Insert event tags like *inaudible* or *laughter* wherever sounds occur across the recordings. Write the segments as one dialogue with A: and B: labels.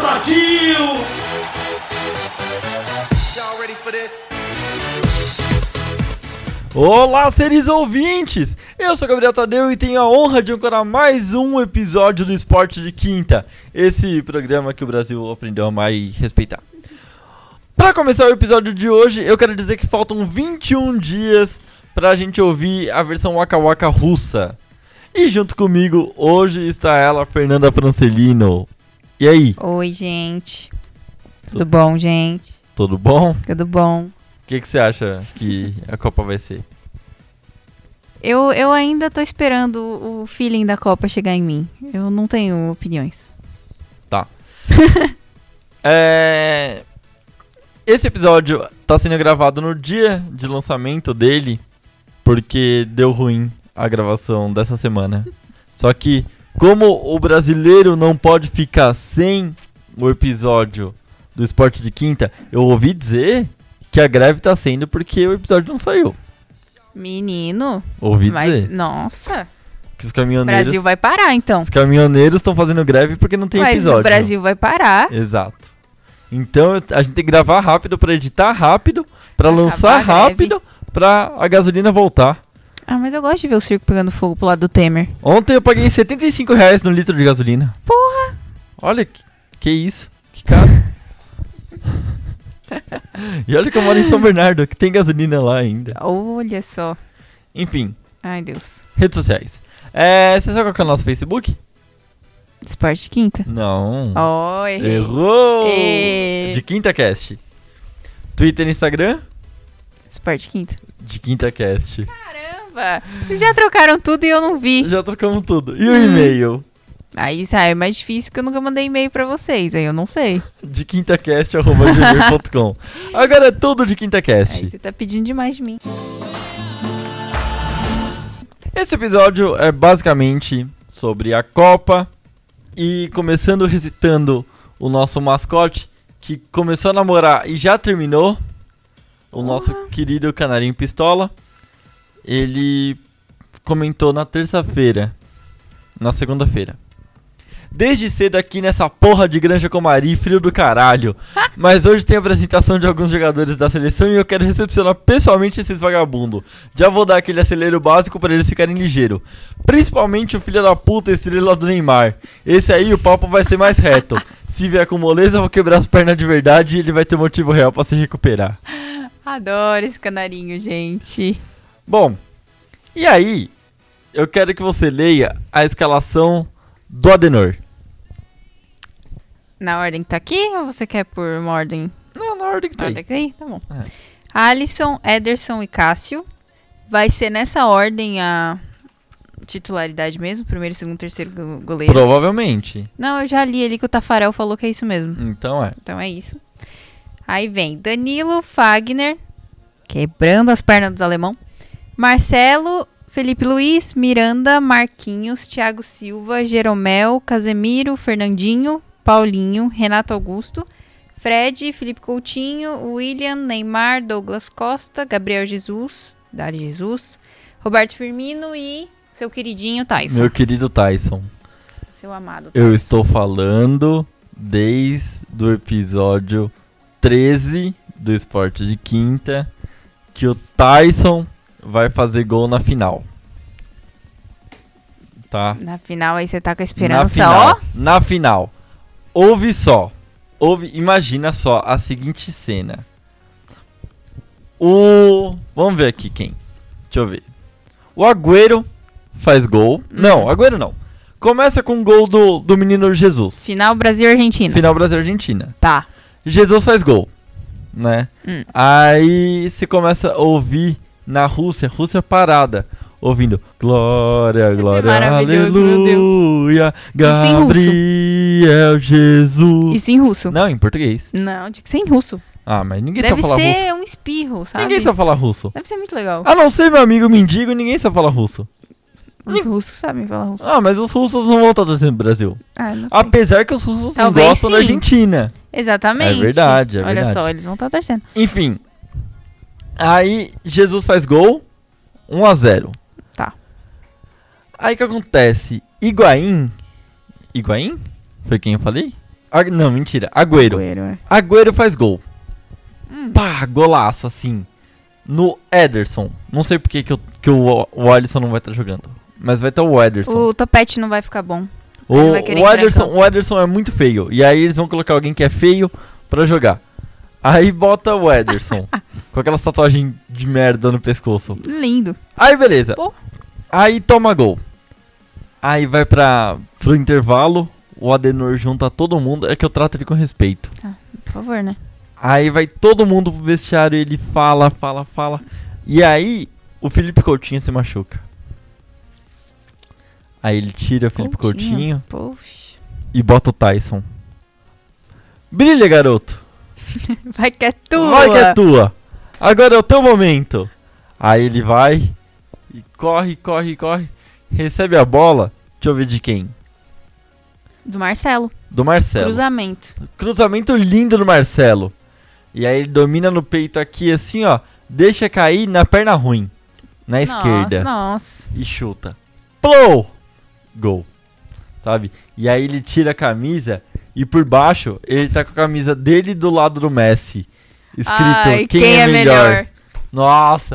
A: partiu! Olá, seres ouvintes! Eu sou Gabriel Tadeu e tenho a honra de ancorar mais um episódio do Esporte de Quinta, esse programa que o Brasil aprendeu a amar e respeitar. Para começar o episódio de hoje, eu quero dizer que faltam 21 dias para a gente ouvir a versão Waka Waka russa. E junto comigo hoje está ela, Fernanda Francelino. E aí,
B: Oi, gente. Tudo bom, gente?
A: tudo bom?
B: Tudo bom.
A: O que, que você acha que a Copa vai ser?
B: Eu, eu ainda tô esperando o feeling da Copa chegar em mim. Eu não tenho opiniões.
A: É... Esse episódio tá sendo gravado no dia de lançamento dele, porque deu ruim a gravação dessa semana. Só que, como o brasileiro não pode ficar sem o episódio do Esporte de Quinta, eu ouvi dizer que a greve tá sendo porque o episódio não saiu.
B: Menino,
A: Ouvi
B: mas
A: dizer
B: nossa,
A: que os
B: o
A: caminhoneiros...
B: Brasil vai parar então.
A: Os caminhoneiros estão fazendo greve porque não tem
B: mas
A: episódio. É.
B: o Brasil vai parar.
A: Exato. Então eu- a gente tem que gravar rápido pra editar rápido, pra
B: Acabar
A: lançar
B: a greve.
A: rápido, pra a gasolina voltar.
B: Ah, mas eu gosto de ver o circo pegando fogo pro lado do Temer.
A: Ontem eu paguei R$ 75 reais no litro de gasolina.
B: Porra!
A: Olha que, que isso, que caro. *laughs* e olha que eu moro em São Bernardo, que tem gasolina lá ainda.
B: Olha só.
A: Enfim,
B: Ai, Deus.
A: redes sociais. É, você sabe qual que é o nosso Facebook?
B: Esporte quinta.
A: Não.
B: Ó, errei.
A: Hum. Errou!
B: Errei.
A: De quinta cast. Twitter e Instagram?
B: Esporte quinta.
A: De quinta cast.
B: Caramba! Vocês já trocaram tudo e eu não vi.
A: *laughs* Já trocamos tudo. E o e-mail?
B: Aí sai é mais difícil porque eu nunca mandei e-mail pra vocês. Aí eu não sei.
A: De quintacast.gmail.com Agora é tudo de
B: Aí
A: quintacast.
B: você tá pedindo demais de mim.
A: Esse episódio é basicamente sobre a Copa. E começando recitando o nosso mascote, que começou a namorar e já terminou. O nosso querido Canarinho Pistola. Ele comentou na terça-feira. Na segunda-feira. Desde cedo aqui nessa porra de Granja Comari, frio do caralho. Mas hoje tem a apresentação de alguns jogadores da seleção e eu quero recepcionar pessoalmente esses vagabundos. Já vou dar aquele acelero básico pra eles ficarem ligeiro. Principalmente o filho da puta estrela do Neymar. Esse aí o papo vai ser mais reto. Se vier com moleza, eu vou quebrar as pernas de verdade e ele vai ter motivo real pra se recuperar.
B: Adoro esse canarinho, gente.
A: Bom, e aí eu quero que você leia a escalação do Adenor.
B: Na ordem que tá aqui ou você quer por uma ordem?
A: Não, na ordem que tá
B: Na ordem
A: aí.
B: que tá aí? Tá bom.
A: É.
B: Alisson, Ederson e Cássio. Vai ser nessa ordem a titularidade mesmo? Primeiro, segundo, terceiro go- goleiro.
A: Provavelmente.
B: Não, eu já li ali que o Tafarel falou que é isso mesmo.
A: Então é.
B: Então é isso. Aí vem Danilo Fagner, quebrando as pernas dos alemão. Marcelo, Felipe Luiz, Miranda, Marquinhos, Thiago Silva, Jeromel, Casemiro, Fernandinho, Paulinho, Renato Augusto, Fred, Felipe Coutinho, William, Neymar, Douglas Costa, Gabriel Jesus, Dari Jesus, Roberto Firmino e seu queridinho Tyson.
A: Meu querido Tyson,
B: Seu amado.
A: eu estou falando desde o episódio 13 do Esporte de Quinta que o Tyson vai fazer gol na final. Tá?
B: Na final aí você tá com a
A: na
B: esperança,
A: final,
B: ó.
A: Na final. Ouve só. Ouve, imagina só a seguinte cena. O. Vamos ver aqui quem. Deixa eu ver. O Agüero faz gol. Não,
B: Hum.
A: Agüero não. Começa com o gol do, do menino Jesus.
B: Final Brasil-Argentina.
A: Final Brasil e Argentina.
B: Tá.
A: Jesus faz gol, né?
B: Hum.
A: Aí você começa a ouvir na Rússia, Rússia parada, ouvindo Glória, glória,
B: maravilhoso, meu Deus.
A: aleluia,
B: Isso em russo.
A: Gabriel, Jesus.
B: Isso em russo.
A: Não, em português.
B: Não, tinha que ser em russo.
A: Ah, mas ninguém
B: Deve
A: sabe falar russo.
B: ser um espirro, sabe?
A: Ninguém sabe falar russo.
B: Deve ser muito legal.
A: A não ser meu amigo mendigo, ninguém sabe falar russo.
B: Os russos sabem falar russo.
A: Ah, mas os russos não vão estar torcendo pro Brasil.
B: Ah, não sei.
A: Apesar que os russos não
B: Talvez
A: gostam da
B: sim.
A: Argentina.
B: Exatamente.
A: É verdade, é
B: Olha
A: verdade.
B: só, eles vão estar torcendo.
A: Enfim. Aí Jesus faz gol. 1 a 0.
B: Tá.
A: Aí o que acontece? Higuaín. Higuaín? Foi quem eu falei? Ag- Não, mentira. Agüero.
B: Agüero, é.
A: Agüero faz gol. Pá, golaço assim. No Ederson. Não sei por que, que, eu- que o, o Alisson não vai estar jogando. Mas vai estar o Ederson.
B: O topete não vai ficar bom.
A: O,
B: ele vai querer
A: o,
B: entrar em
A: Ederson,
B: campo.
A: o Ederson é muito feio. E aí eles vão colocar alguém que é feio pra jogar. Aí bota o
B: *laughs*
A: Ederson. com aquela tatuagem de merda no pescoço.
B: Lindo.
A: Aí beleza.
B: Pô.
A: Aí toma gol. Aí vai pra, pro intervalo. O Adenor junta todo mundo. É que eu trato ele com respeito.
B: Por favor, né?
A: Aí vai todo mundo pro vestiário ele fala, fala, fala. E aí o Felipe Coutinho se machuca. Aí ele tira o Felipe Coutinho,
B: Poxa.
A: e bota o Tyson. Brilha, garoto!
B: Vai que é tua.
A: Vai que é tua! Agora é o teu momento! Aí ele vai e corre, corre, corre. Recebe a bola. Deixa eu ver de quem?
B: Do Marcelo.
A: Do Marcelo.
B: Cruzamento.
A: Cruzamento lindo do Marcelo. E aí ele domina no peito aqui, assim, ó. Deixa cair na perna ruim. Na esquerda.
B: Nossa.
A: E chuta. Plou! Gol. Sabe? E aí ele tira a camisa e por baixo ele tá com a camisa dele do lado do Messi. Escrito
B: Ai,
A: quem, é, melhor. Nossa,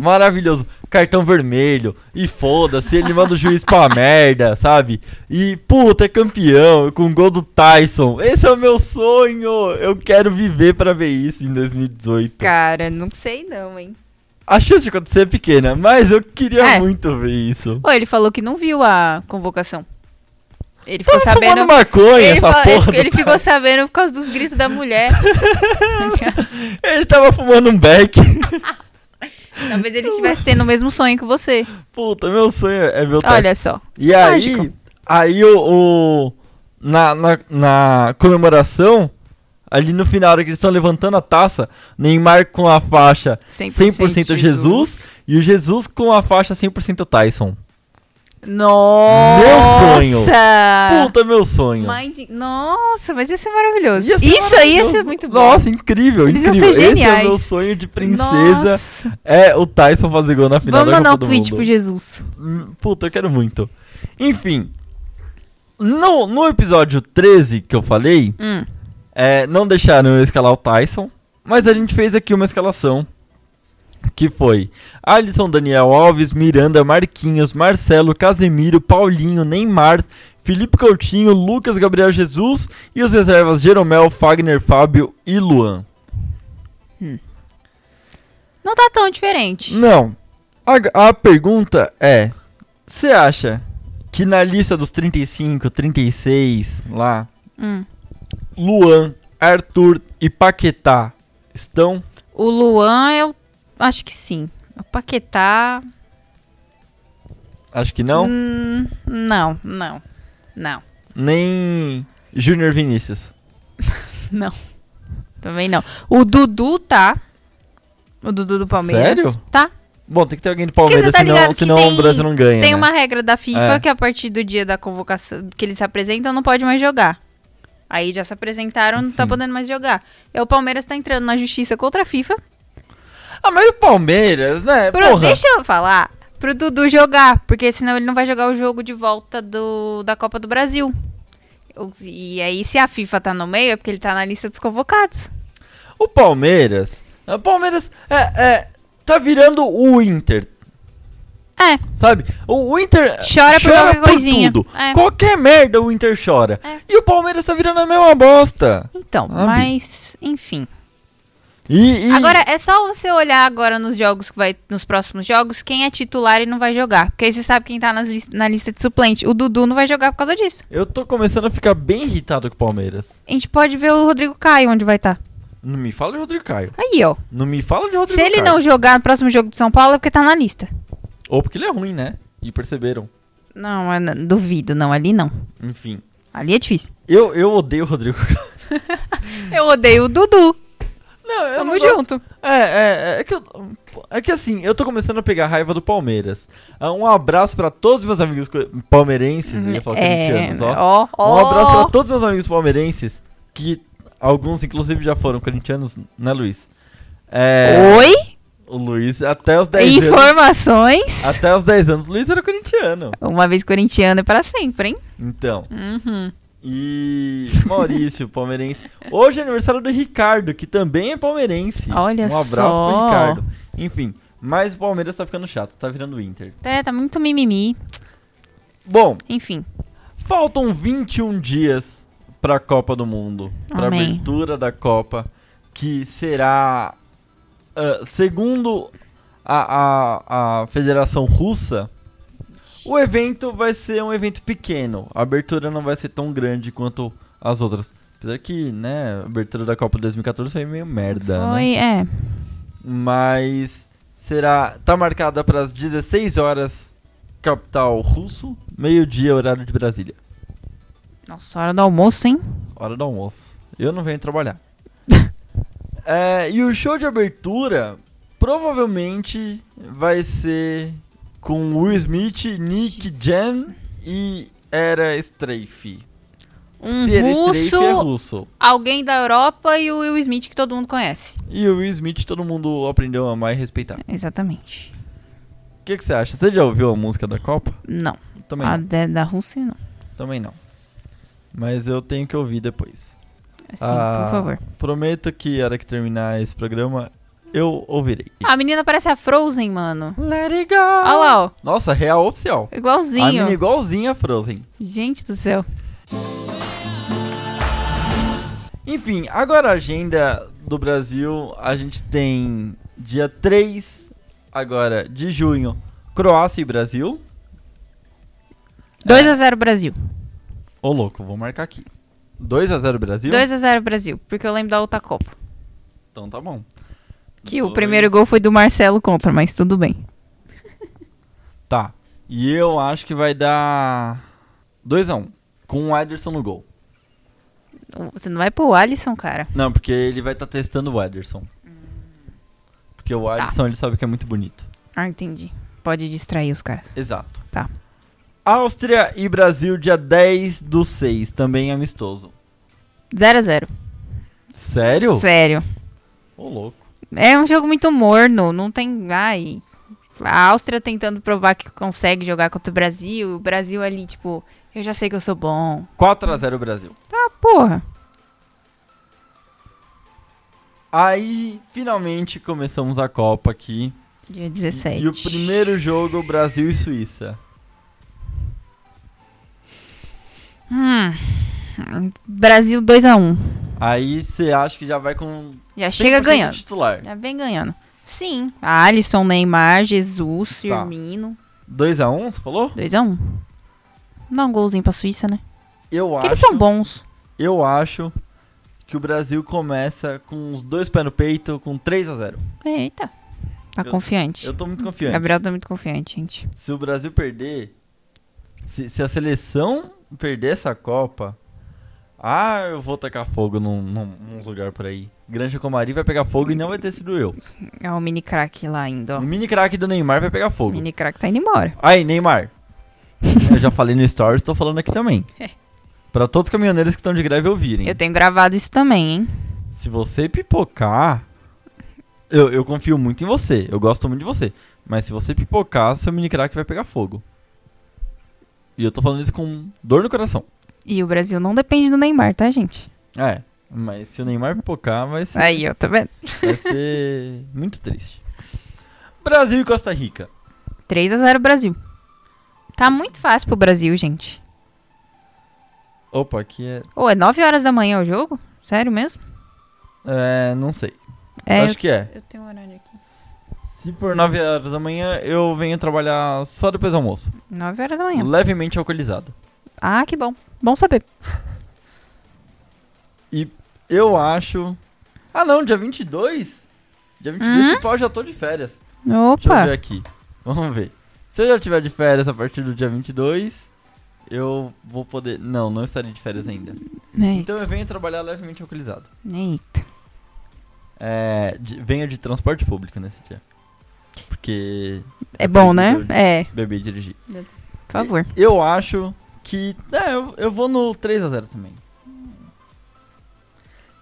A: maravilhoso, maravilhoso. Cartão vermelho, e foda-se, ele manda o juiz pra merda, sabe? E puta, é campeão, com gol do Tyson. Esse é o meu sonho, eu quero viver pra ver isso em 2018.
B: Cara, não sei não, hein?
A: A chance de acontecer é pequena, mas eu queria
B: É.
A: muito ver isso.
B: Ô, ele falou que não viu a convocação. Ele ficou
A: Tava fumando
B: sabendo.
A: maconha,
B: Ele,
A: essa
B: fa- ele-
A: porra. do
B: ele ficou sabendo por causa dos gritos da
A: *laughs*
B: mulher.
A: Tyson. ele tava fumando um beck. *laughs*
B: Talvez ele estivesse tendo o mesmo sonho que você.
A: Puta, meu sonho é ver o Tyson.
B: Olha só.
A: E aí,
B: Mágico.
A: aí o, o- na, na, na comemoração, ali no final, a hora que eles estão levantando a taça, Neymar com a faixa 100%,
B: 100%,
A: Jesus, e o Jesus com a faixa 100% Tyson.
B: Nossa!
A: sonho.
B: Ah.
A: Puta, meu sonho.
B: Mind- Nossa, mas ia ser maravilhoso.
A: Ia ser
B: Isso aí ia ser
A: maravilhoso.
B: muito bom.
A: Nossa, incrível,
B: Eles iam
A: incrível.
B: ser
A: Esse é o
B: geniais.
A: meu sonho de princesa,
B: Nossa.
A: é o Tyson fazer gol na final
B: Vamos
A: da
B: mandar um
A: Copa do
B: tweet
A: Mundo.
B: pro Jesus.
A: Hum, Puta, eu quero muito. Enfim, no, no episódio 13 que eu falei,
B: Hum.
A: É, não deixaram eu escalar o Tyson, mas a gente fez aqui uma escalação. Que foi Alisson, Daniel Alves, Miranda, Marquinhos, Marcelo, Casemiro, Paulinho, Neymar, Felipe Coutinho, Lucas, Gabriel Jesus e os reservas Jeromel, Fagner, Fábio e Luan.
B: Não tá tão diferente.
A: Não, a, a pergunta é: você acha que na lista dos 35, 36 lá,
B: Hum.
A: Luan, Arthur e Paquetá estão?
B: O Luan, eu acho que sim. O Paquetá.
A: Acho que não.
B: hum, não, não. Não.
A: Nem Júnior Vinícius.
B: Também não. O Dudu tá. O Dudu do Palmeiras.
A: Sério?
B: Tá.
A: Bom, tem que ter alguém do
B: Porque você
A: Palmeiras,
B: tá
A: senão,
B: ligado que
A: senão
B: tem-
A: o Brasil não ganha.
B: Tem
A: né?
B: uma regra da FIFA
A: É.
B: que a partir do dia da convocação que eles se apresentam, não pode mais jogar. Aí já se apresentaram, não tá
A: Sim.
B: podendo mais jogar. E o Palmeiras tá entrando na justiça contra a FIFA.
A: Ah, mas o Palmeiras, né?
B: Pro-
A: Porra.
B: deixa eu falar. Pro Dudu jogar, porque senão ele não vai jogar o jogo de volta do, da Copa do Brasil. Os- E aí, se a FIFA tá no meio, é porque ele tá na lista dos convocados.
A: O Palmeiras. O Palmeiras é, é, tá virando o Inter,
B: É,
A: sabe? O o Inter
B: Chora por qualquer coisinha.
A: tudo.
B: É.
A: Qualquer merda o Inter chora.
B: É.
A: E o Palmeiras tá virando a mesma bosta.
B: então,
A: Ah,
B: mas, enfim.
A: E, e-
B: Agora, é só você olhar agora nos jogos que vai. Nos próximos jogos, quem é titular e não vai jogar. Porque aí você sabe quem tá nas lis- na lista de suplente. O Dudu não vai jogar por causa disso.
A: eu tô começando a ficar bem irritado com o Palmeiras.
B: A gente pode ver o Rodrigo Caio onde vai estar.
A: Não me fala de Rodrigo Caio.
B: Aí, ó.
A: Não me fala de Rodrigo
B: Se ele
A: Caio.
B: não jogar no próximo jogo de São Paulo, é porque tá na lista.
A: Ou porque ele é ruim, né? E perceberam.
B: Não, é- n- duvido, não. Ali não.
A: Enfim.
B: Ali é difícil.
A: Eu, eu odeio o Rodrigo Caio. *laughs*
B: Eu odeio o Dudu.
A: Não, eu
B: Tamo
A: não gosto.
B: junto.
A: É, é, é que eu, é que assim, eu tô começando a pegar raiva do Palmeiras. Ah, Um abraço pra todos os meus amigos co- palmeirenses, eu ia falar corintianos, ó.
B: É, ó, ó.
A: Um abraço pra todos os meus amigos palmeirenses, que alguns inclusive já foram corintianos, né, Luiz? É,
B: Oi?
A: o Luiz até os 10 anos,
B: Informações?
A: até os 10 anos o Luiz era corintiano.
B: Uma vez corintiano é pra sempre, hein?
A: Então,
B: Uhum.
A: E Maurício, palmeirense. Hoje é aniversário do Ricardo, que também é palmeirense.
B: Olha
A: Um abraço
B: só.
A: pro Ricardo. Enfim, mas o Palmeiras tá ficando chato, tá virando Inter.
B: É, tá muito mimimi.
A: Bom,
B: Enfim,
A: faltam 21 dias pra Copa do Mundo. Pra
B: Amém.
A: abertura da Copa, que será, ah, segundo a, a, a Federação Russa, o evento vai ser um evento pequeno. A abertura não vai ser tão grande quanto as outras. Apesar que, né, a abertura da Copa 2014 foi meio merda, né?
B: foi. É.
A: mas será tá marcada para as 16 horas capital russo, meio-dia horário de Brasília,
B: Nossa, hora do almoço, hein?
A: hora do almoço. Eu não venho trabalhar. *laughs* É, e o show de abertura provavelmente vai ser com Will Smith, Nick Jam e Era Strafe.
B: Um
A: Se Era
B: russo,
A: Strafe é russo.
B: alguém da Europa e o Will Smith que todo mundo conhece.
A: E o Will Smith todo mundo aprendeu a amar e respeitar.
B: Exatamente.
A: O que que você acha? Você já ouviu a música da Copa?
B: Não.
A: Também
B: a
A: não.
B: da, da Rússia, não.
A: Também não. Mas eu tenho que ouvir depois.
B: Assim,
A: Ah.
B: por favor.
A: Prometo que a hora que terminar esse programa, eu ouvirei.
B: A menina parece a Frozen, mano.
A: Let it go!
B: Olha lá, ó.
A: Nossa, real oficial. A
B: Igualzinho.
A: menina igualzinha a Frozen.
B: Gente do céu.
A: Enfim, agora a agenda do Brasil, a gente tem dia 3 agora de junho, Croácia e Brasil. É.
B: 2x0 Brasil.
A: Ô louco, vou marcar aqui. 2 a 0 Brasil?
B: 2x0 Brasil, porque eu lembro da outra Copa.
A: Então tá bom.
B: Que o
A: Dois-
B: primeiro gol foi do Marcelo contra, mas tudo bem.
A: Tá. E eu acho que vai dar 2 a 1 com o Ederson no gol.
B: Você não vai pro Alisson, cara.
A: Não, porque ele vai estar testando o Ederson.
B: Hum.
A: Porque o
B: Tá.
A: Ederson ele sabe que é muito bonito.
B: Ah, entendi. Pode distrair os caras.
A: Exato.
B: Tá.
A: Áustria e Brasil, dia 10 do 6, também amistoso.
B: 0x0.
A: Sério? Ô,
B: Sério.
A: louco.
B: É um jogo muito morno, não tem. Ai. A Áustria tentando provar que consegue jogar contra o Brasil. e O Brasil ali, tipo, eu já sei que eu sou bom.
A: 4x0 Brasil.
B: Ah, porra.
A: Aí, finalmente, começamos a Copa aqui.
B: Dia 17.
A: E o primeiro jogo, Brasil e Suíça.
B: Hum. Brasil 2x1.
A: Aí você acha que já vai com...
B: Já chega
A: 100%
B: ganhando.
A: titular.
B: Já vem ganhando. Sim. Alisson, Neymar,
A: Tá.
B: Jesus, Firmino.
A: 2x1, você falou?
B: 2x1. Dá um golzinho pra Suíça, né?
A: Eu
B: Porque
A: acho...
B: eles são bons.
A: Eu acho que o Brasil começa com os dois pés no peito, com 3 a 0
B: Eita. Tá
A: Eu-
B: confiante.
A: Eu tô muito confiante.
B: Gabriel tá muito confiante, gente.
A: Se o Brasil perder, se, se a seleção perder essa Copa, ah, eu vou tacar fogo num, num, num lugar por aí. Granja Comari vai pegar fogo e não vai ter sido eu.
B: É o mini craque lá ainda,
A: O
B: ó.
A: mini craque do Neymar vai pegar
B: O
A: fogo.
B: mini craque tá indo embora.
A: Aí,
B: *laughs*
A: Neymar. eu já falei no Stories, tô falando aqui também. Pra todos os caminhoneiros que estão de greve ouvirem.
B: É. Eu tenho gravado isso também, hein?
A: Se você pipocar, eu, eu confio muito em você. Eu gosto muito de você. Mas se você pipocar, seu mini crack vai pegar fogo. E eu tô falando isso com dor no coração.
B: E o Brasil não depende do Neymar, tá, gente?
A: É, mas se o Neymar pipocar, vai ser,
B: Aí, ó, tá vendo?
A: vai ser muito triste. Brasil e Costa Rica.
B: 3x0 Brasil. Tá muito fácil pro Brasil, gente.
A: Opa, aqui é.
B: Ô, é 9 horas da manhã o jogo? Sério mesmo?
A: É, não sei.
B: É,
A: Acho que é.
B: eu tenho horário aqui.
A: Se for 9 horas da manhã, eu venho trabalhar só depois do almoço.
B: 9 horas da manhã.
A: Levemente alcoolizado.
B: Ah, que bom. Bom saber.
A: Eu acho. Ah, não, dia 22? Dia 22,
B: Hum?
A: se pau, eu já tô de férias. Deixa eu ver
B: Opa.
A: aqui. Vamos ver. Se eu já tiver de férias a partir do dia 22, eu vou poder. Não, não estarei de férias ainda.
B: Eita.
A: Então eu venho trabalhar levemente alcoolizado.
B: Eita.
A: É. de- venho de transporte público nesse dia. Porque
B: É bom, né? É,
A: bebi e dirigi.
B: por favor.
A: Eu acho que. É, eu, eu vou no 3x0 também.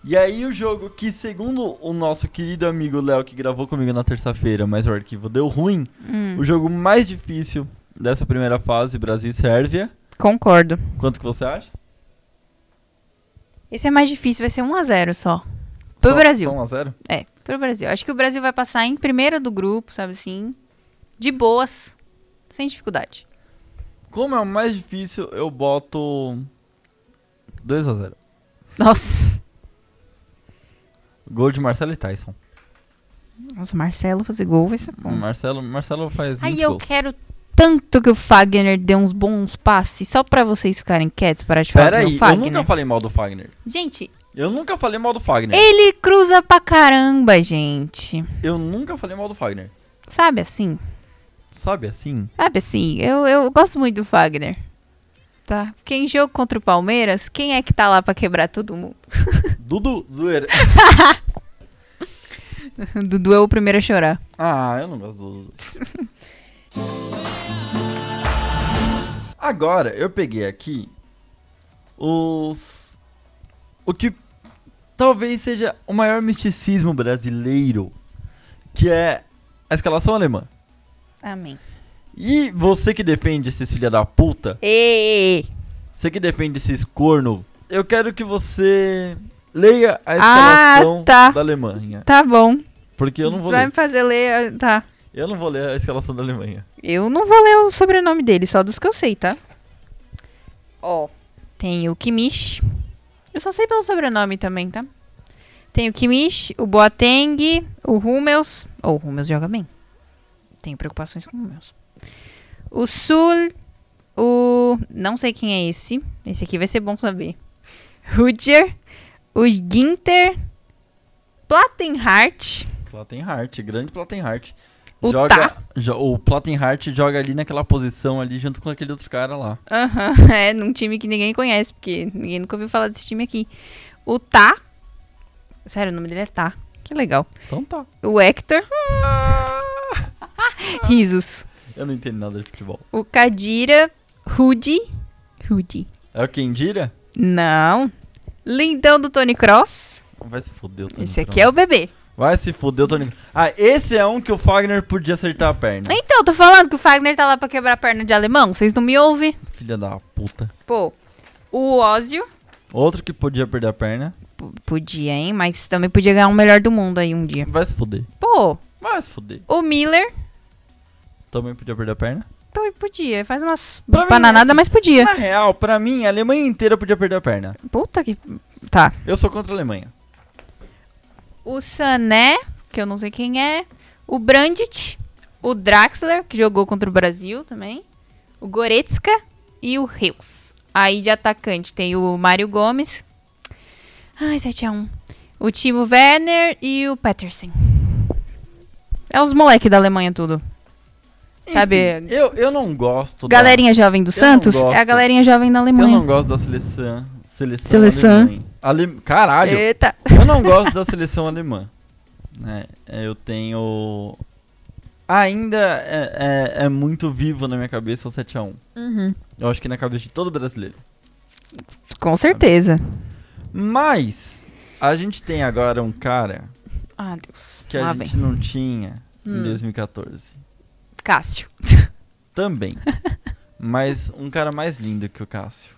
A: E aí o jogo que, segundo o nosso querido amigo Léo, que gravou comigo na terça-feira, mas o arquivo deu ruim,
B: Hum,
A: o jogo mais difícil dessa primeira fase, Brasil e Sérvia.
B: Concordo.
A: Quanto que você acha?
B: Esse é mais difícil, vai ser 1x0 só. Pro
A: Só-
B: Brasil.
A: Só 1 a 0
B: É, pro Brasil. Acho que o Brasil vai passar em primeiro do grupo, sabe assim? De boas, sem dificuldade.
A: Como é o mais difícil, eu boto 2 a 0
B: Nossa.
A: Gol de Marcelo e Tyson.
B: Nossa, o Marcelo fazer gol vai ser bom.
A: Marcelo, Marcelo faz
B: Hum. Aí
A: muitos
B: eu
A: Hum, gols.
B: quero tanto que o Fagner dê uns bons passes, só pra vocês ficarem quietos, parar de falar
A: Pera
B: do
A: aí,
B: meu Fagner.
A: eu nunca É. falei mal do Fagner.
B: Gente,
A: Eu nunca falei mal do Fagner.
B: ele cruza pra caramba, gente.
A: Eu nunca falei mal do Fagner.
B: Sabe assim?
A: Sabe assim?
B: Sabe assim? Eu, eu gosto muito do Fagner. Tá? Porque em jogo contra o Palmeiras, quem é que tá lá pra quebrar todo mundo? *laughs*
A: Dudu *laughs* zoeira.
B: Dudu é o primeiro a chorar.
A: Ah, eu não gosto do Dudu. Agora, eu peguei aqui os. O que talvez seja o maior misticismo brasileiro, que é a escalação alemã.
B: Amém.
A: E você que defende esses filha da puta,
B: Ei!
A: você que defende esses corno, eu quero que você leia a
B: Ah,
A: escalação
B: tá.
A: da Alemanha.
B: Tá bom.
A: Porque eu não vou
B: Vai
A: ler.
B: me fazer ler. ah, Tá.
A: Eu não vou ler a escalação da Alemanha.
B: Eu não vou ler o sobrenome dele, só dos que eu sei, tá? Ó. Tem o Kimish. Eu só sei pelo sobrenome também, tá? Tem o Kimish, o Boateng, o Hummels. Ou o Hummels joga bem. Tenho preocupações com o Hummels. O Sul. O. Não sei quem é esse. Esse aqui vai ser bom saber. Rudier. O Ginter. Plattenhart.
A: Plattenhart, grande Plattenhart.
B: O Tá.
A: joga, jo- o Plattenhart joga ali naquela posição ali junto com aquele outro cara lá.
B: Aham, *laughs* é, num time que ninguém conhece, porque ninguém nunca ouviu falar desse time aqui. O Tá. Sério, o nome dele é Tá. Que legal.
A: Então tá.
B: O Hector. *laughs* Risos.
A: Eu não entendo nada de futebol.
B: O Kadira. Rudy. Rudy.
A: É o Kendira?
B: Não. Lindão do Tony Cross.
A: Vai se fuder, Tony.
B: Esse aqui é o bebê.
A: Vai se fuder, Tony. Ah, esse é um que o Fagner podia acertar a perna.
B: Então, tô falando que o Fagner tá lá pra quebrar a perna de alemão. Vocês não me ouvem?
A: Filha da puta.
B: Pô. O Ózio.
A: Outro que podia perder a perna.
B: P- Podia, hein? Mas também podia ganhar o melhor do mundo aí um dia.
A: Vai se fuder.
B: Pô.
A: Vai se fuder.
B: O Miller.
A: Também podia perder a perna.
B: Pô, Então, Podia, faz umas
A: Pra mim,
B: bananada,
A: assim,
B: mas podia.
A: Na real, pra mim, a Alemanha inteira podia perder a perna.
B: Puta que. Tá.
A: Eu sou contra a Alemanha.
B: O Sané, que eu não sei quem é. O Brandit. O Draxler, que jogou contra o Brasil também. O Goretzka e o Reus. Aí de atacante tem o Mário Gomes. Ai, 7x1. O Timo Werner e o Petersen. É os moleque da Alemanha tudo. Sabe?
A: Enfim, eu, eu não gosto da-
B: Galerinha jovem do
A: Eu não
B: Santos é a
A: gosto.
B: galerinha jovem da
A: Eu
B: Alemanha.
A: não gosto da seleção. Seleção.
B: Seleção.
A: alemã. Ale- Caralho.
B: Eita.
A: Eu não gosto da seleção alemã. né? Eu tenho. Ainda é, é- é muito vivo na minha cabeça o 7x1.
B: Uhum.
A: Eu acho que na cabeça de todo brasileiro.
B: Com certeza.
A: Mas a gente tem agora um cara
B: Ah, Deus.
A: que a
B: Lá vem.
A: gente não tinha em
B: Hum.
A: 2014.
B: Cássio. *laughs*
A: Também. Mas um cara mais lindo que o Cássio.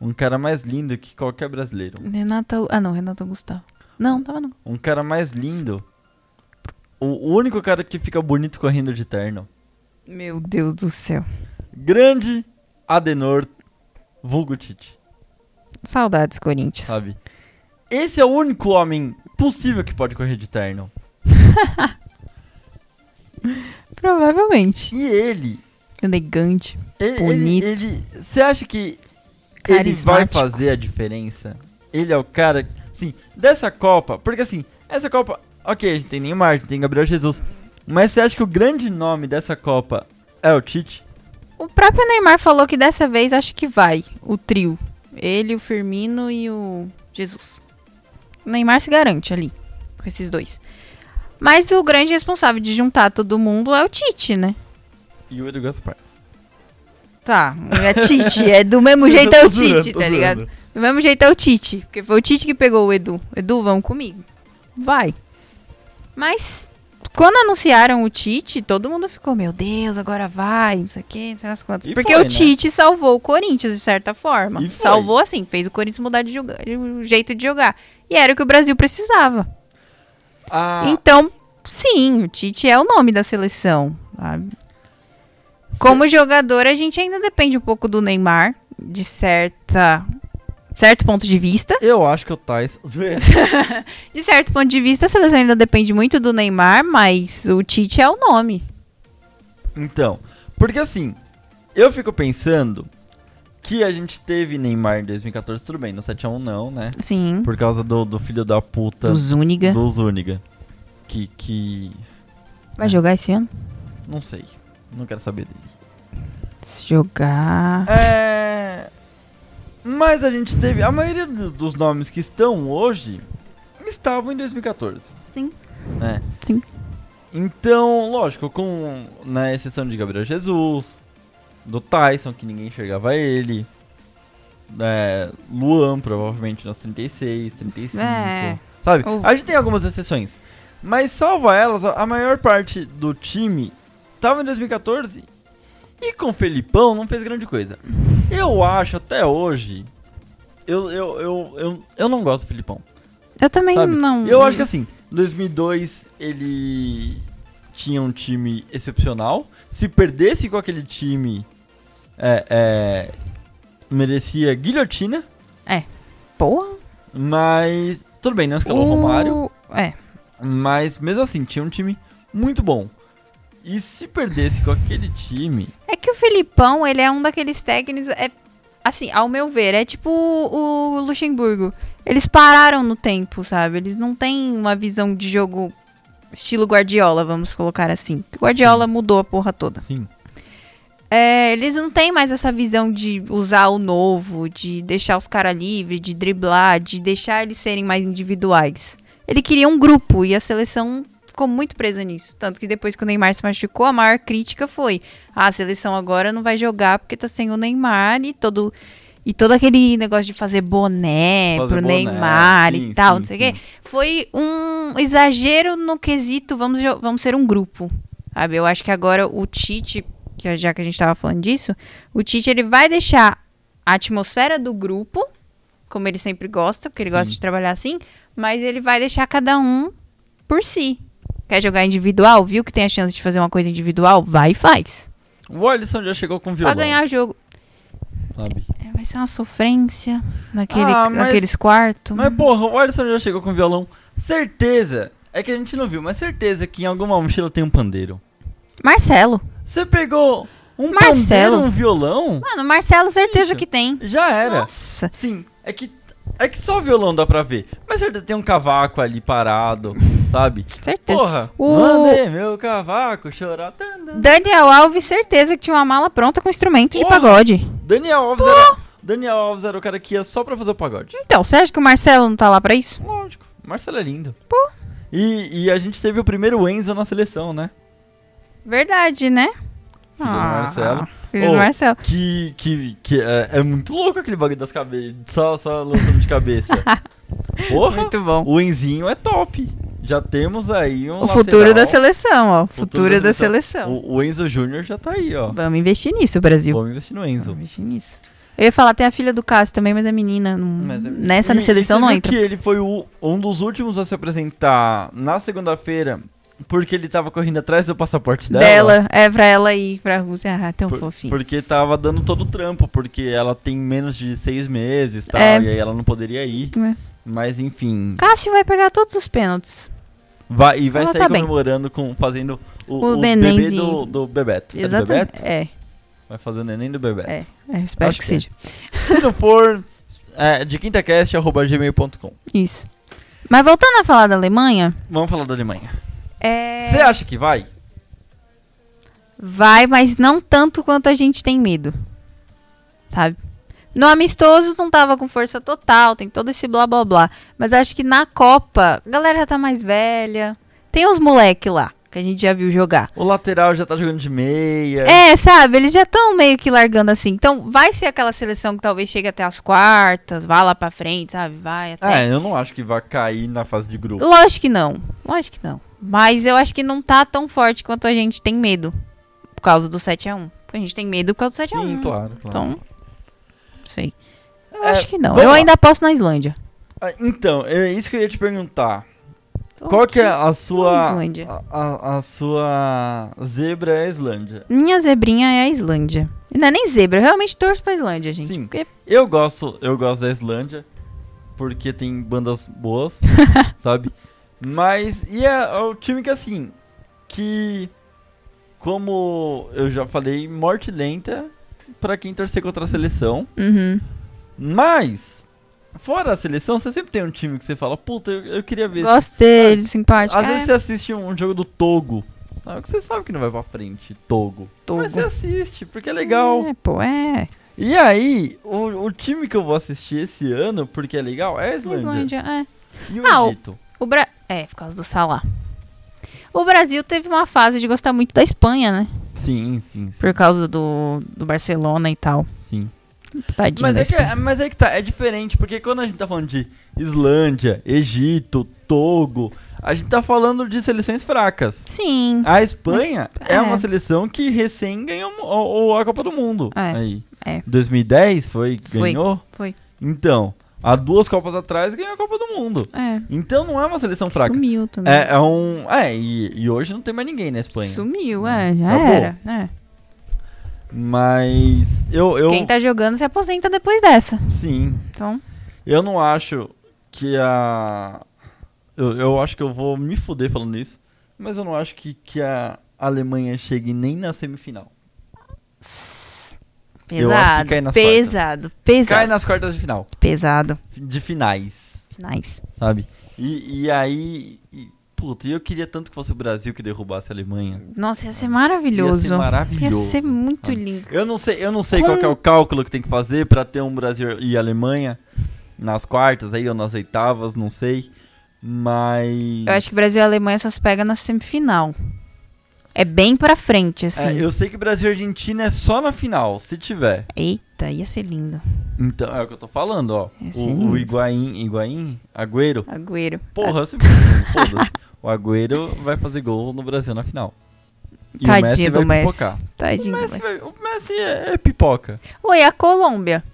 A: Um cara mais lindo que qualquer brasileiro.
B: Renato. Ah, não, Renato Gustavo. Não, tava não.
A: Um cara mais lindo. O o único cara que fica bonito correndo de terno.
B: Meu Deus do céu.
A: Grande Adenor Vulgo Tite,
B: Saudades, Corinthians.
A: sabe? Esse é o único homem possível que pode correr de terno.
B: Provavelmente.
A: E ele.
B: Elegante.
A: ele
B: Bonito.
A: Ele. Você acha que ele vai
B: Carismático.
A: fazer a diferença? Ele é o cara. Sim, dessa Copa. Porque assim, essa Copa. Ok, a gente tem Neymar, a gente tem Gabriel Jesus. Mas você acha que o grande nome dessa Copa é o Tite?
B: O próprio Neymar falou que dessa vez acho que vai. O trio. Ele, o Firmino e o Jesus. O Neymar se garante ali. Com esses dois. Mas o grande responsável de juntar todo mundo é o Tite, né?
A: E o Edu Gaspar.
B: Tá, é Tite. É do mesmo
A: *laughs*
B: jeito é o Tite, tá ligado? Do mesmo jeito é o Tite, porque foi o Tite que pegou o Edu. Edu, vamos comigo. Vai. Mas, Quando anunciaram o Tite, todo mundo ficou, meu Deus, agora vai, não sei o quê, não sei nas quantas.
A: E
B: Porque
A: foi,
B: o
A: né?
B: Tite salvou o Corinthians, de certa forma.
A: E foi.
B: Salvou, assim, fez o Corinthians mudar de, joga- de um jeito de jogar. E era o que o Brasil precisava.
A: Ah,
B: Então, sim, o Tite é o nome da seleção. sabe? Como jogador, a gente ainda depende um pouco do Neymar, de certa certo ponto de vista.
A: eu acho que o Thais.
B: De certo ponto de vista, a seleção ainda depende muito do Neymar, mas o Tite é o nome.
A: *laughs* Então, porque assim, eu fico pensando que a gente teve Neymar em 2014, tudo bem, no 7x1 não, né?
B: Sim.
A: Por causa do, do filho da puta
B: Do Zúñiga.
A: do Zúñiga. Que, que.
B: Vai jogar esse ano?
A: Não sei. Não quero saber dele.
B: Se jogar.
A: É. Mas a gente teve. A maioria do- dos nomes que estão hoje estavam em 2014.
B: Sim.
A: Né?
B: Sim.
A: Então, lógico, com. Na exceção de Gabriel Jesus, do Tyson, que ninguém enxergava ele. né, Luan, provavelmente, nos 36, 35.
B: É.
A: Sabe?
B: Ou-
A: A gente tem algumas exceções. Mas salva elas, a- a maior parte do time tava em 2014 e com o Felipão não fez grande coisa. Eu acho até hoje. Eu, eu, eu, eu, eu não gosto do Felipão.
B: Eu também
A: Sabe?
B: não.
A: Eu acho que assim, 2002 ele tinha um time excepcional. Se perdesse com aquele time, é, é, merecia guilhotina.
B: Porra.
A: Mas tudo bem, né? não escalou o Romário.
B: É.
A: Mas mesmo assim, tinha um time muito bom. E se perdesse com aquele time,
B: É que o Filipão, ele é um daqueles técnicos. É, assim, ao meu ver, é tipo o, o Luxemburgo. Eles pararam no tempo, sabe? Eles não têm uma visão de jogo estilo Guardiola, vamos colocar assim. Porque Guardiola mudou a porra toda.
A: assim,
B: É, eles não têm mais essa visão de usar o novo, de deixar os caras livres, de driblar, de deixar eles serem mais individuais. Ele queria um grupo e a seleção ficou muito presa nisso. Tanto que depois que o Neymar se machucou, a maior crítica foi: "Ah, a seleção agora não vai jogar porque tá sem o Neymar e todo. E todo aquele negócio de fazer boné
A: Fazer
B: pro
A: boné,
B: Neymar
A: sim,
B: e tal,
A: sim,
B: não sei o
A: sim.
B: quê foi um exagero no quesito vamos, jo- vamos ser um grupo, sabe? Eu acho que agora o Tite, que é- já que a gente tava falando disso, o Tite ele vai deixar a atmosfera do grupo, como ele sempre gosta, porque ele
A: Sim.
B: gosta de trabalhar assim, mas ele vai deixar cada um por si. Quer jogar individual? Viu que tem a chance de fazer uma coisa individual? Vai e faz.
A: o Alisson já chegou com
B: Pra
A: violão,
B: ganhar jogo.
A: sabe?
B: É, Vai ser uma sofrência naquele,
A: Ah, mas-
B: naqueles quartos.
A: Mas porra, o Alisson já chegou com violão. Certeza, é que a gente não viu, mas certeza que em alguma mochila tem um pandeiro.
B: Marcelo.
A: Você pegou um
B: Marcelo.
A: pandeiro, um violão,
B: Mano, Marcelo, certeza
A: Bicho.
B: que tem.
A: já era.
B: Nossa.
A: Sim, é que é que só violão dá pra ver. Mas certeza tem um cavaco ali parado, sabe?
B: Certeza.
A: Porra,
B: O-
A: mandei meu cavaco chorar. Tan, tan.
B: Daniel Alves, certeza que tinha uma mala pronta com instrumento de
A: Porra.
B: pagode.
A: Daniel Alves era Daniel Alves era o cara que ia só pra fazer o pagode.
B: Então, você acha que o Marcelo não tá lá pra isso?
A: Lógico, Marcelo é lindo. E, e a gente teve o primeiro Enzo na seleção, né?
B: Verdade, né?
A: Filho do Marcelo.
B: Filho do
A: Ô. *laughs*
B: Marcelo.
A: Que, que, que é, é muito louco aquele bagulho das cabeças. Só, só lançando de
B: *laughs*
A: cabeça. Porra,
B: Muito bom.
A: o Enzinho é top. Já temos aí um
B: O futuro
A: lateral.
B: da seleção, ó. O futuro,
A: Futuro da
B: da seleção.
A: O, o Enzo Júnior já tá aí, ó.
B: Vamos investir nisso, Brasil.
A: Vamos investir no Enzo.
B: Vamos investir nisso. Eu ia falar, tem a filha do Cássio também, mas é menina. não-
A: Mas é-
B: Nessa
A: E- e
B: seleção
A: você
B: não
A: viu
B: entra.
A: que ele foi o- um dos últimos a se apresentar na segunda-feira, porque ele tava correndo atrás do passaporte dela.
B: Dela, é pra ela ir pra Rússia. Ah, tão
A: Por-
B: fofinho.
A: Porque tava dando todo o trampo, porque ela tem menos de seis meses e tal,
B: É.
A: e aí ela não poderia ir.
B: É.
A: Mas enfim.
B: Cássio vai pegar todos os pênaltis.
A: Vai, e vai
B: Ela
A: sair
B: tá bem.
A: comemorando com. fazendo o,
B: O
A: o bebê
B: nenenzinho.
A: do, do Bebeto. É do
B: Exatamente.
A: Bebeto?
B: É,
A: Vai fazer o neném do Bebeto.
B: É. é, espero
A: Acho
B: que,
A: que é.
B: seja.
A: Se não for, é, de quintacast.gmail.com.
B: Isso. Mas voltando a falar da Alemanha.
A: Vamos falar da Alemanha.
B: É...
A: Você acha que vai?
B: Vai, mas não tanto quanto a gente tem medo. Sabe? No amistoso não tava com força total, tem todo esse blá blá blá. Mas eu acho que na Copa, a galera já tá mais velha. Tem uns moleque lá, que a gente já viu jogar.
A: O lateral já tá jogando de meia.
B: É, sabe, eles já estão meio que largando assim. Então vai ser aquela seleção que talvez chegue até as quartas, vá lá pra frente, sabe? Vai até.
A: É, eu não acho que vai cair na fase de grupo.
B: Lógico que não. Lógico que não. Mas eu acho que não tá tão forte quanto a gente tem medo. Por causa do 7x1. Porque a gente tem medo por causa do 7x1.
A: Sim, claro, claro.
B: Então, não sei. Eu
A: É,
B: acho que não.
A: vamos
B: Eu
A: lá.
B: ainda aposto na Islândia.
A: Ah, Então, é isso que eu ia te perguntar.
B: Então,
A: Qual que é a
B: a
A: sua.
B: Islândia?
A: A, a- a sua zebra é a Islândia.
B: Minha zebrinha é a Islândia. E Não é nem zebra, eu realmente torço pra Islândia, gente.
A: Sim.
B: Porque
A: Eu gosto, eu gosto da Islândia, porque tem bandas
B: *laughs*
A: boas, sabe? Mas e é, é o time que assim, que como eu já falei, morte lenta pra quem torcer contra a seleção.
B: Uhum.
A: Mas fora a seleção, você sempre tem um time que você fala, puta, eu, eu queria ver. esse
B: Gosto dele, simpático.
A: Às
B: É,
A: vezes você assiste um, um jogo do Togo. Não, que você sabe que não vai pra frente, Togo.
B: Togo.
A: Mas você assiste, porque é legal.
B: É, pô, é.
A: E aí, o, o time que eu vou assistir esse ano, porque é legal, é a Islândia.
B: Islândia, é.
A: E o
B: Ah, o-
A: Egito.
B: O Bra... É, por causa do Salah. O Brasil teve uma fase de gostar muito da Espanha, né?
A: Sim, sim, sim.
B: Por causa do, do Barcelona e tal.
A: sim.
B: Tadinho
A: Mas,
B: da
A: é que,
B: Espanha.
A: é- mas é que tá, é diferente, porque quando a gente tá falando de Islândia, Egito, Togo, a gente tá falando de seleções fracas.
B: Sim.
A: A Espanha
B: Mas-
A: é.
B: é.
A: uma seleção que recém ganhou mo- o- o- a Copa do Mundo.
B: É,
A: Aí.
B: é.
A: 2010 foi,
B: Foi.
A: ganhou?
B: Foi.
A: Então, há duas Copas atrás ganhou a Copa do Mundo.
B: É.
A: Então não é uma seleção fraca.
B: Sumiu também.
A: É, é um. É, e, e hoje não tem mais ninguém na Espanha.
B: Sumiu, é, já
A: Acabou.
B: era. é.
A: Mas eu. eu
B: Quem tá jogando se aposenta depois dessa.
A: Sim.
B: Então,
A: Eu não acho que a. Eu, eu acho que eu vou me fuder falando isso. Mas eu não acho que, que a Alemanha chegue nem na semifinal. Eu acho que
B: pesado.
A: cai nas
B: pesado,
A: Cai
B: pesado,
A: nas quartas de final.
B: pesado.
A: De finais.
B: Nice.
A: Sabe? E, e aí. E, puta, e eu queria tanto que fosse o Brasil que derrubasse a Alemanha.
B: Nossa, ia ser
A: Ia
B: maravilhoso.
A: ser maravilhoso. Tá.
B: Ia ser muito
A: sabe?
B: lindo.
A: Eu não sei, eu não sei
B: Com-
A: qual que é o cálculo que tem que fazer pra ter um Brasil e Alemanha nas quartas aí ou nas oitavas, não sei. Mas
B: Eu acho que Brasil e Alemanha só se pega na semifinal. É bem pra frente, assim.
A: É, eu sei que Brasil e Argentina é só na final, se tiver.
B: Eita, ia ser lindo.
A: Então, é o que eu tô falando, ó.
B: Esse é Ah,
A: O, o
B: lindo.
A: Higuaín, Higuaín, Agüero.
B: Agüero.
A: Porra, eu sempre digo, foda-se. O Agüero vai fazer gol no Brasil na final. E o Messi
B: Ah,
A: vai
B: Tadinho do Messi.
A: pipocar. O
B: Tadinho do
A: Messi,
B: Messi.
A: vai, o Messi é, é pipoca.
B: Oi, a Colômbia.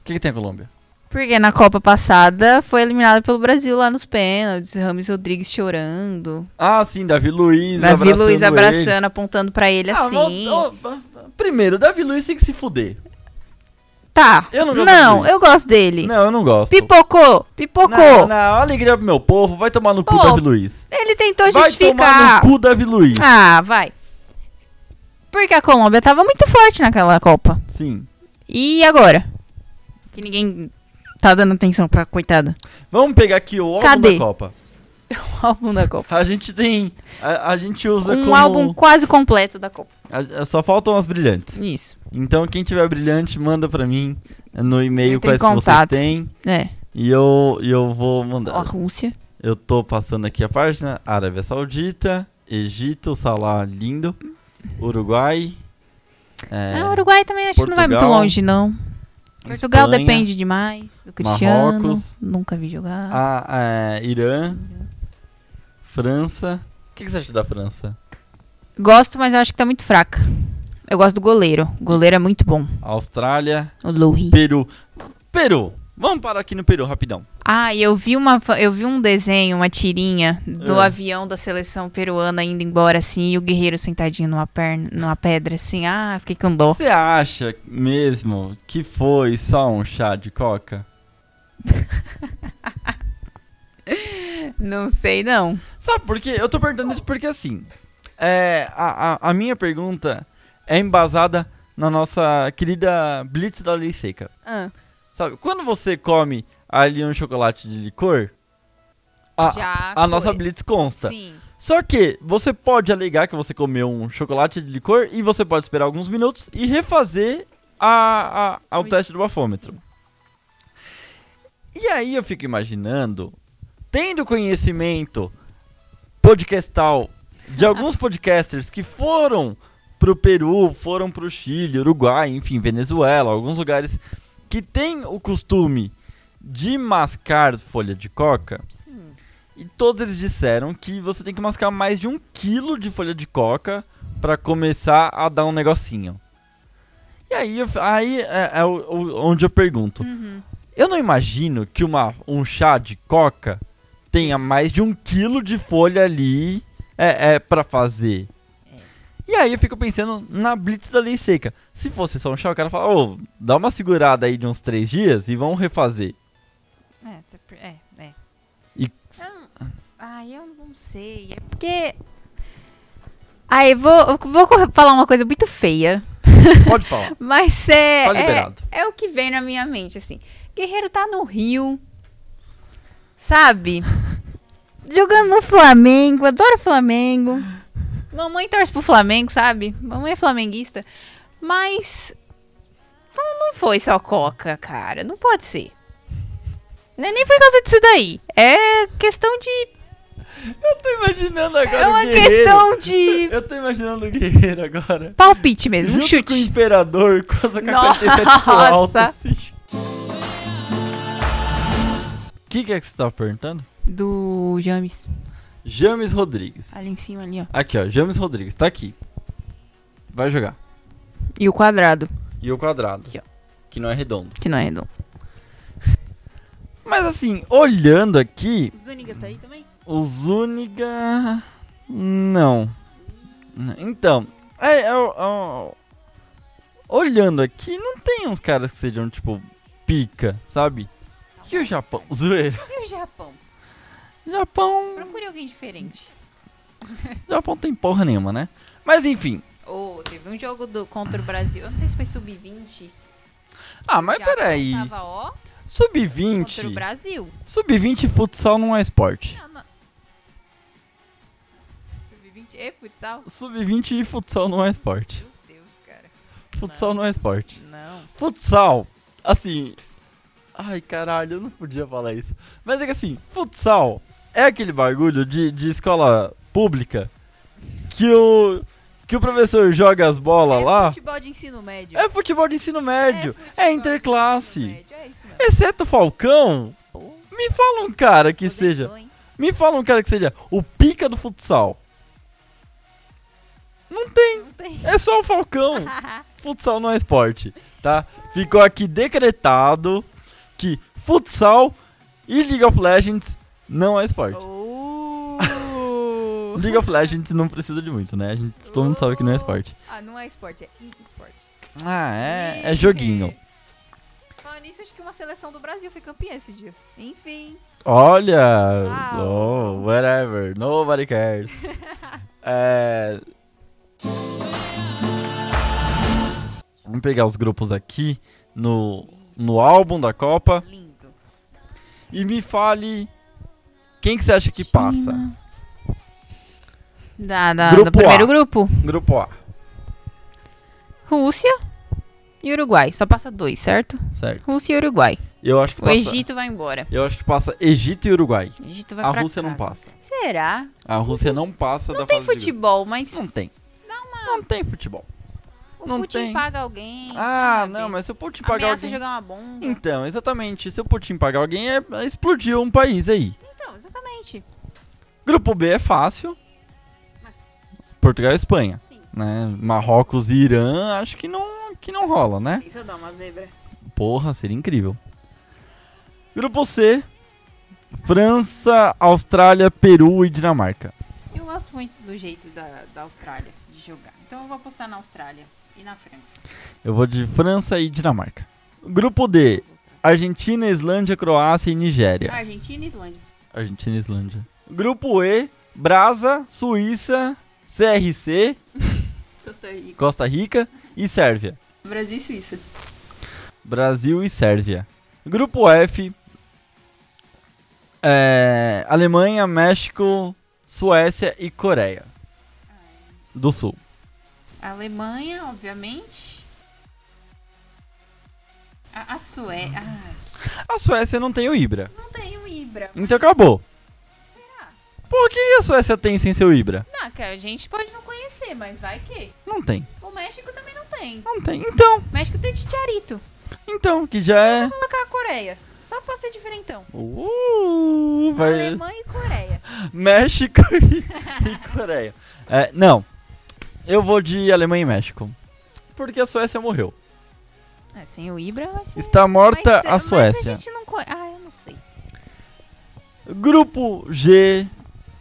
A: O que, que tem a Colômbia?
B: Porque na Copa passada foi eliminada pelo Brasil lá nos pênaltis. Rames Rodrigues chorando.
A: Ah, sim, Davi Luiz
B: Davi
A: abraçando
B: Luiz
A: ele.
B: abraçando, apontando pra ele
A: Ah,
B: assim.
A: mas, ó, ó, primeiro, Davi Luiz tem que se fuder.
B: Tá.
A: Eu não gosto do
B: Não,
A: Luiz.
B: eu gosto dele.
A: Não, eu não gosto.
B: Pipocou, pipocou.
A: Não, não, alegria pro meu povo. Vai tomar no cu,
B: Pô,
A: Davi Luiz.
B: Ele tentou
A: Vai tomar
B: justificar.
A: no cu, Davi Luiz.
B: Ah, vai. Porque a Colômbia tava muito forte naquela Copa.
A: Sim.
B: E agora? Que ninguém tá dando atenção
A: *laughs*
B: pra coitada.
A: Vamos pegar aqui o álbum
B: Cadê?
A: da Copa.
B: O álbum da Copa.
A: A gente tem... A, a gente usa
B: Um
A: como...
B: álbum quase completo da Copa.
A: a- a- só faltam as brilhantes.
B: Isso.
A: Então, quem tiver brilhante, manda pra mim no e-mail
B: Entre em
A: quais que vocês
B: contato.
A: têm.
B: É.
A: E eu, e eu vou mandar.
B: A Rússia.
A: Eu tô passando aqui a página: Arábia Saudita, Egito, Salá, lindo, Uruguai. é,
B: Ah, o Uruguai também acho que não vai muito
A: Portugal.
B: longe, não. Portugal
A: Espanha,
B: depende demais do Cristiano.
A: Marrocos.
B: Nunca vi jogar.
A: a- a- Irã, França. O que, que você acha da França?
B: Gosto, mas eu acho que tá muito fraca. Eu gosto do goleiro. O goleiro é muito bom.
A: Austrália,
B: O Louhi.
A: Peru. Peru! Vamos parar aqui no Peru, rapidão.
B: Ah, e eu vi uma, fa- eu vi um desenho, uma tirinha do
A: Ah.
B: avião da seleção peruana indo embora assim, e o guerreiro sentadinho numa perna, numa pedra assim. Ah, fiquei com dó.
A: Você acha mesmo que foi só um chá de coca?
B: Não sei não.
A: Sabe por quê? Eu tô perguntando isso porque assim. é, a, a- a minha pergunta é embasada na nossa querida Blitz da Lei Seca.
B: Ah,
A: Sabe, quando você come ali um chocolate de licor, a,
B: já
A: a nossa
B: foi.
A: Blitz consta.
B: Sim.
A: Só que você pode alegar que você comeu um chocolate de licor e você pode esperar alguns minutos e refazer a, a- a- o
B: Ui,
A: teste do bafômetro. E aí eu fico imaginando, tendo conhecimento podcastal de alguns podcasters que foram pro Peru, foram pro Chile, Uruguai, enfim, Venezuela, alguns lugares que têm o costume de mascar folha de coca.
B: Sim.
A: E todos eles disseram que você tem que mascar mais de um quilo de folha de coca pra começar a dar um negocinho. E aí, eu f- aí é, é o- o- onde eu pergunto.
B: Uhum.
A: Eu não imagino que uma, um chá de coca tenha mais de um quilo de folha ali é, é para fazer. E aí eu fico pensando na blitz da lei seca. Se fosse só um chá, o cara fala, ô, dá uma segurada aí de uns três dias e vamos refazer.
B: É, tá per- é, é.
A: E-
B: Eu não- Ai, eu não sei. É porque. Ai, vou, eu vou co- falar uma coisa muito feia.
A: Pode falar.
B: Mas é.
A: Tá
B: é-
A: liberado.
B: É, o que vem na minha mente, assim. Guerreiro tá no Rio. Sabe? *laughs* Jogando no Flamengo, adoro Flamengo. Mamãe torce pro Flamengo, sabe? Mamãe é flamenguista. Mas. Não, não foi só Coca, cara. Não pode ser. Não é nem por causa disso daí. É questão de.
A: *laughs* Eu tô imaginando agora
B: É
A: o
B: uma
A: guerreiro.
B: questão
A: *laughs*
B: de.
A: Eu tô imaginando o guerreiro agora.
B: Palpite mesmo, um
A: junto com o
B: chute.
A: imperador, com essa
B: Nossa!
A: 47 pro tipo
B: *laughs*
A: alto, assim. O que, que é que você tava perguntando?
B: Do James.
A: James Rodrigues.
B: Ali em cima, ali, ó.
A: Aqui, ó. James Rodrigues, tá aqui. Vai jogar.
B: E o quadrado,
A: E o quadrado.
B: Aqui, ó.
A: Que não é redondo.
B: que não é redondo.
A: Mas assim, olhando aqui,
B: Zuniga tá aí também?
A: o Zuniga. Não. Então, é, é o- é o- olhando aqui, não tem uns caras que sejam, tipo, pica, sabe? E o Japão? Zoeira.
B: E o Japão?
A: Japão.
B: Procure alguém diferente.
A: Japão tem porra nenhuma, né? Mas enfim.
B: Ou teve um jogo do, contra o Brasil, eu não sei se foi sub-20.
A: Ah, mas
B: O Japão
A: peraí.
B: Tava ó, contra o
A: Sub-20.
B: Brasil.
A: Sub-20 futsal não é esporte.
B: Não, não. Sub-20 é futsal?
A: Sub-20 e futsal não é esporte.
B: Meu Deus, cara.
A: Futsal não. é esporte.
B: Não.
A: Futsal, assim. Ai, caralho, eu não podia falar isso. Mas é que assim, futsal é aquele bagulho de, de escola pública que o, que o professor joga as bolas
B: é
A: lá.
B: futebol de ensino médio.
A: É futebol de ensino médio.
B: futebol de
A: É,
B: ensino
A: interclasse.
B: médio, É isso mesmo.
A: Exceto o Falcão,
B: Pô,
A: me fala um cara que
B: poderou,
A: seja.
B: hein?
A: Me fala um cara que seja o pica do futsal. Não tem.
B: Não tem. *laughs*
A: É só o Falcão. futsal não é esporte, tá? Ficou aqui decretado que futsal e League of Legends não é esporte.
B: Oh.
A: League of Legends não precisa de muito, né? A gente, todo mundo sabe que não é esporte.
B: Ah, não é esporte, é e-esporte.
A: Ah, é, é joguinho.
B: Falando nisso, acho que uma seleção do Brasil foi campeã esses dias. Enfim.
A: Olha!
B: Uau.
A: Oh, whatever. Nobody
B: *laughs*
A: cares. é... Vamos pegar os grupos aqui no, no álbum da Copa
B: Lindo.
A: e me fale quem que você acha que passa.
B: Da, da,
A: Grupo
B: do primeiro
A: A.
B: grupo.
A: Grupo A,
B: Rússia e Uruguai. Só passa dois, certo?
A: certo.
B: Rússia e Uruguai.
A: Eu acho que
B: O
A: passa.
B: Egito vai embora.
A: Eu acho que passa Egito e Uruguai.
B: O Egito vai
A: A
B: pra
A: Rússia não
B: casa.
A: passa.
B: Será?
A: A Rússia não passa da
B: Não tem
A: fase de grupos.
B: futebol, mas
A: Não tem. Não tem futebol.
B: o
A: não
B: Putin
A: tem.
B: paga alguém.
A: Ah,
B: sabe?
A: não, mas se eu Putin pagar
B: Ameaça
A: alguém.
B: jogar uma bomba.
A: Então, exatamente. Se o Putin pagar alguém, é... é explodiu um país aí.
B: Então, exatamente.
A: Grupo B é fácil. Portugal e Espanha,
B: Sim.
A: né? Marrocos e Irã, acho que não, que não rola, né?
B: Isso eu dou uma zebra.
A: Porra, seria incrível. Grupo C: França, Austrália, Peru e Dinamarca.
B: Eu gosto muito do jeito da, da Austrália de jogar. Então eu vou apostar na Austrália e na França.
A: Eu vou de França e Dinamarca. Grupo D: Argentina, Islândia, Croácia e Nigéria.
B: Argentina e Islândia.
A: Argentina e Islândia. Grupo E: Brasa, Suíça, CRC,
B: Costa Rica.
A: Costa Rica e Sérvia.
B: Brasil e Suíça.
A: Brasil e Sérvia. Grupo F: é, Alemanha, México, Suécia e Coreia do Sul.
B: Alemanha, obviamente. A, a Sué. Ah,
A: A Suécia não tem o Ibra,
B: não tem o Ibra.
A: então acabou.
B: Será?
A: Por que a Suécia tem sem seu Ibra?
B: Não, cara, a gente pode não conhecer, mas vai que.
A: Não tem.
B: O México também não tem.
A: Não tem. Então,
B: O México tem Titiarito.
A: então, que já é.
B: Vou colocar a Coreia. Só pra ser diferentão.
A: Uh, vai.
B: Alemanha e Coreia.
A: México *laughs* e, e Coreia. É, não. Eu vou de Alemanha e México. Porque a Suécia morreu.
B: É, sem o Ibra vai ser.
A: Está morta
B: mas-
A: a Suécia.
B: Mas a gente não conhece. Ah, eu não sei.
A: Grupo G: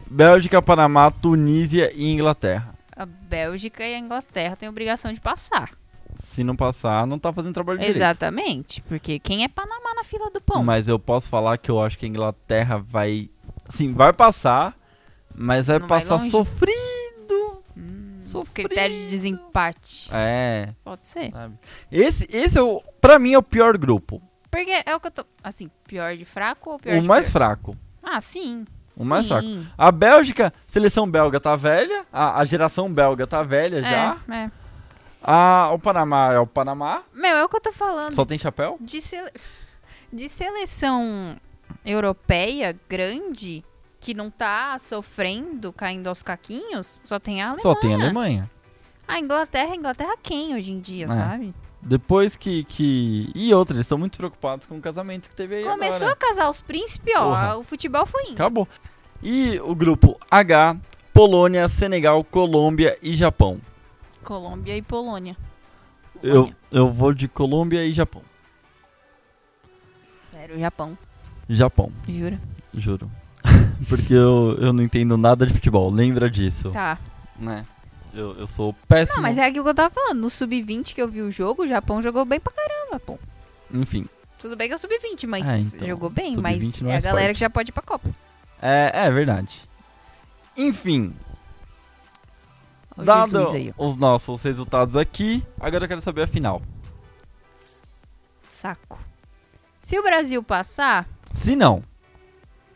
A: Bélgica, Panamá, Tunísia e Inglaterra.
B: A Bélgica e a Inglaterra têm obrigação de passar.
A: Se não passar, não tá fazendo trabalho direito.
B: Exatamente. Porque quem é Panamá na fila do pão?
A: Mas eu posso falar que eu acho que a Inglaterra vai. Sim, vai passar, mas vai
B: Não vai
A: passar
B: longe?
A: sofrido.
B: Hum, os
A: Sofrido.
B: critérios de desempate.
A: É.
B: Pode ser.
A: sabe? Esse, esse é o. Pra mim é o pior grupo.
B: Porque é o que eu tô. Assim, pior de fraco ou pior
A: o
B: de
A: mais
B: pior?
A: fraco.
B: Ah, sim.
A: O mais fraco.
B: Sim.
A: A Bélgica, seleção belga tá velha. A, a geração belga tá velha já.
B: É, é.
A: A, o Panamá é o Panamá.
B: Meu, é o que eu tô falando.
A: Só tem chapéu?
B: De, sele- de seleção europeia grande, que não tá sofrendo, caindo aos caquinhos, só tem a Alemanha.
A: Só tem a Alemanha.
B: A Inglaterra, a Inglaterra quem hoje em dia,
A: É.
B: sabe?
A: Depois que, que. E outra, eles estão muito preocupados com o casamento que teve aí.
B: Começou
A: agora.
B: a casar os príncipes, ó,
A: Porra.
B: o futebol foi indo.
A: Acabou. E o grupo H, Polônia, Senegal, Colômbia e Japão.
B: Colômbia e Polônia.
A: Eu, eu vou de Colômbia e Japão.
B: Era o Japão,
A: Japão,
B: jura?
A: juro. *laughs* Porque eu, eu não entendo nada de futebol, lembra disso.
B: Tá.
A: Né? Eu, eu sou péssimo.
B: Não, mas é aquilo que eu tava falando. No sub-20 que eu vi o jogo, o Japão jogou bem pra caramba, pô.
A: Enfim.
B: Tudo bem que é o sub-20, mas
A: Ah, então,
B: jogou bem,
A: sub-20
B: mas
A: não
B: é
A: é
B: a galera
A: esporte.
B: que já pode ir pra Copa.
A: É, é verdade. Enfim,
B: Ó, o
A: dado
B: Jesus aí, ó.
A: os nossos resultados aqui, agora eu quero saber a final.
B: Saco. Se o Brasil passar
A: Se não,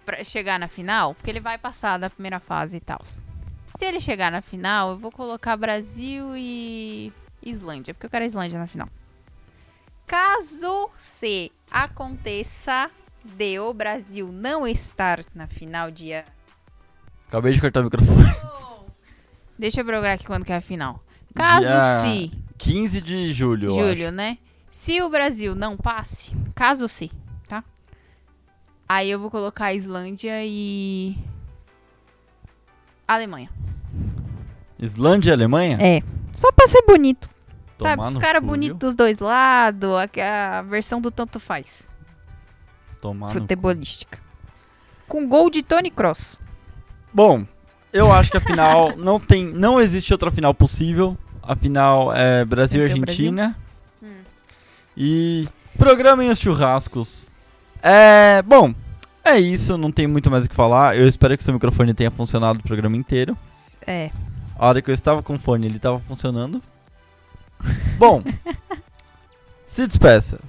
B: pra chegar na final, porque ele vai passar da primeira fase e tal. Se ele chegar na final, eu vou colocar Brasil e Islândia, porque eu quero a Islândia na final. Caso se aconteça de o Brasil não estar na final dia
A: acabei de cortar o microfone.
B: Deixa eu procurar aqui quando que é a final. Caso
A: Dia
B: se
A: 15 de julho, eu
B: Júlio, né? Se o Brasil não passe, caso se, tá? Aí eu vou colocar a Islândia e. Alemanha.
A: acho. Islândia e Alemanha?
B: É. Só pra ser bonito.
A: Tomar
B: sabe? Os
A: no
B: caras
A: cu, viu?
B: bonitos dos dois lados. A, a versão do tanto faz.
A: Tomar no
B: futebolística. Com gol de Tony Cross.
A: Bom, eu acho que a final *laughs* não tem, não existe outra final possível. A final é Brasil e
B: Tem que ser o
A: Argentina.
B: Hum.
A: E programem os churrascos. É, bom, é isso, não tem muito mais o que falar. Eu espero que seu microfone tenha funcionado o programa inteiro.
B: É.
A: A hora que eu estava com fone, ele estava
B: *laughs*
A: funcionando. Bom, se despeça.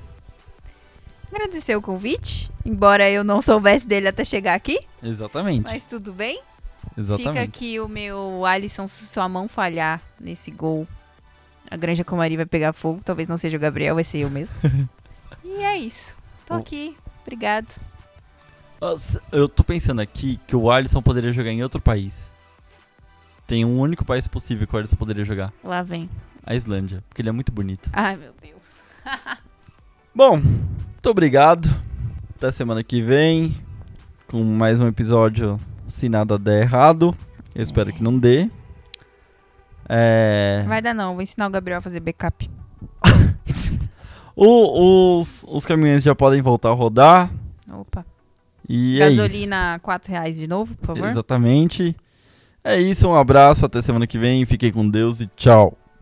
B: Agradecer o convite. Embora eu não soubesse dele até chegar aqui.
A: Exatamente,
B: Mas tudo bem. Fica
A: exatamente.
B: aqui o meu Alisson, se sua mão falhar nesse gol, a Granja Comari vai pegar fogo. Talvez não seja o Gabriel, vai ser
A: *laughs*
B: eu mesmo. e é isso. Tô
A: O-
B: aqui. Obrigado.
A: Nossa, Ah, Eu tô pensando aqui que o Alisson poderia jogar em outro país. Tem um único país possível que o Alisson poderia jogar.
B: Lá vem.
A: A Islândia, porque ele é muito bonito.
B: Ai, meu Deus.
A: Bom, muito obrigado. Até semana que vem. Com mais um episódio, se nada der errado. Eu espero que não dê. É...
B: Vai dar não. Vou ensinar o Gabriel a fazer backup.
A: o- os, os caminhões já podem voltar a rodar.
B: Opa.
A: E é isso.
B: Gasolina R$ 4 reais de novo, por favor.
A: Exatamente. É isso, um abraço, até semana que vem. Fiquem com Deus e tchau.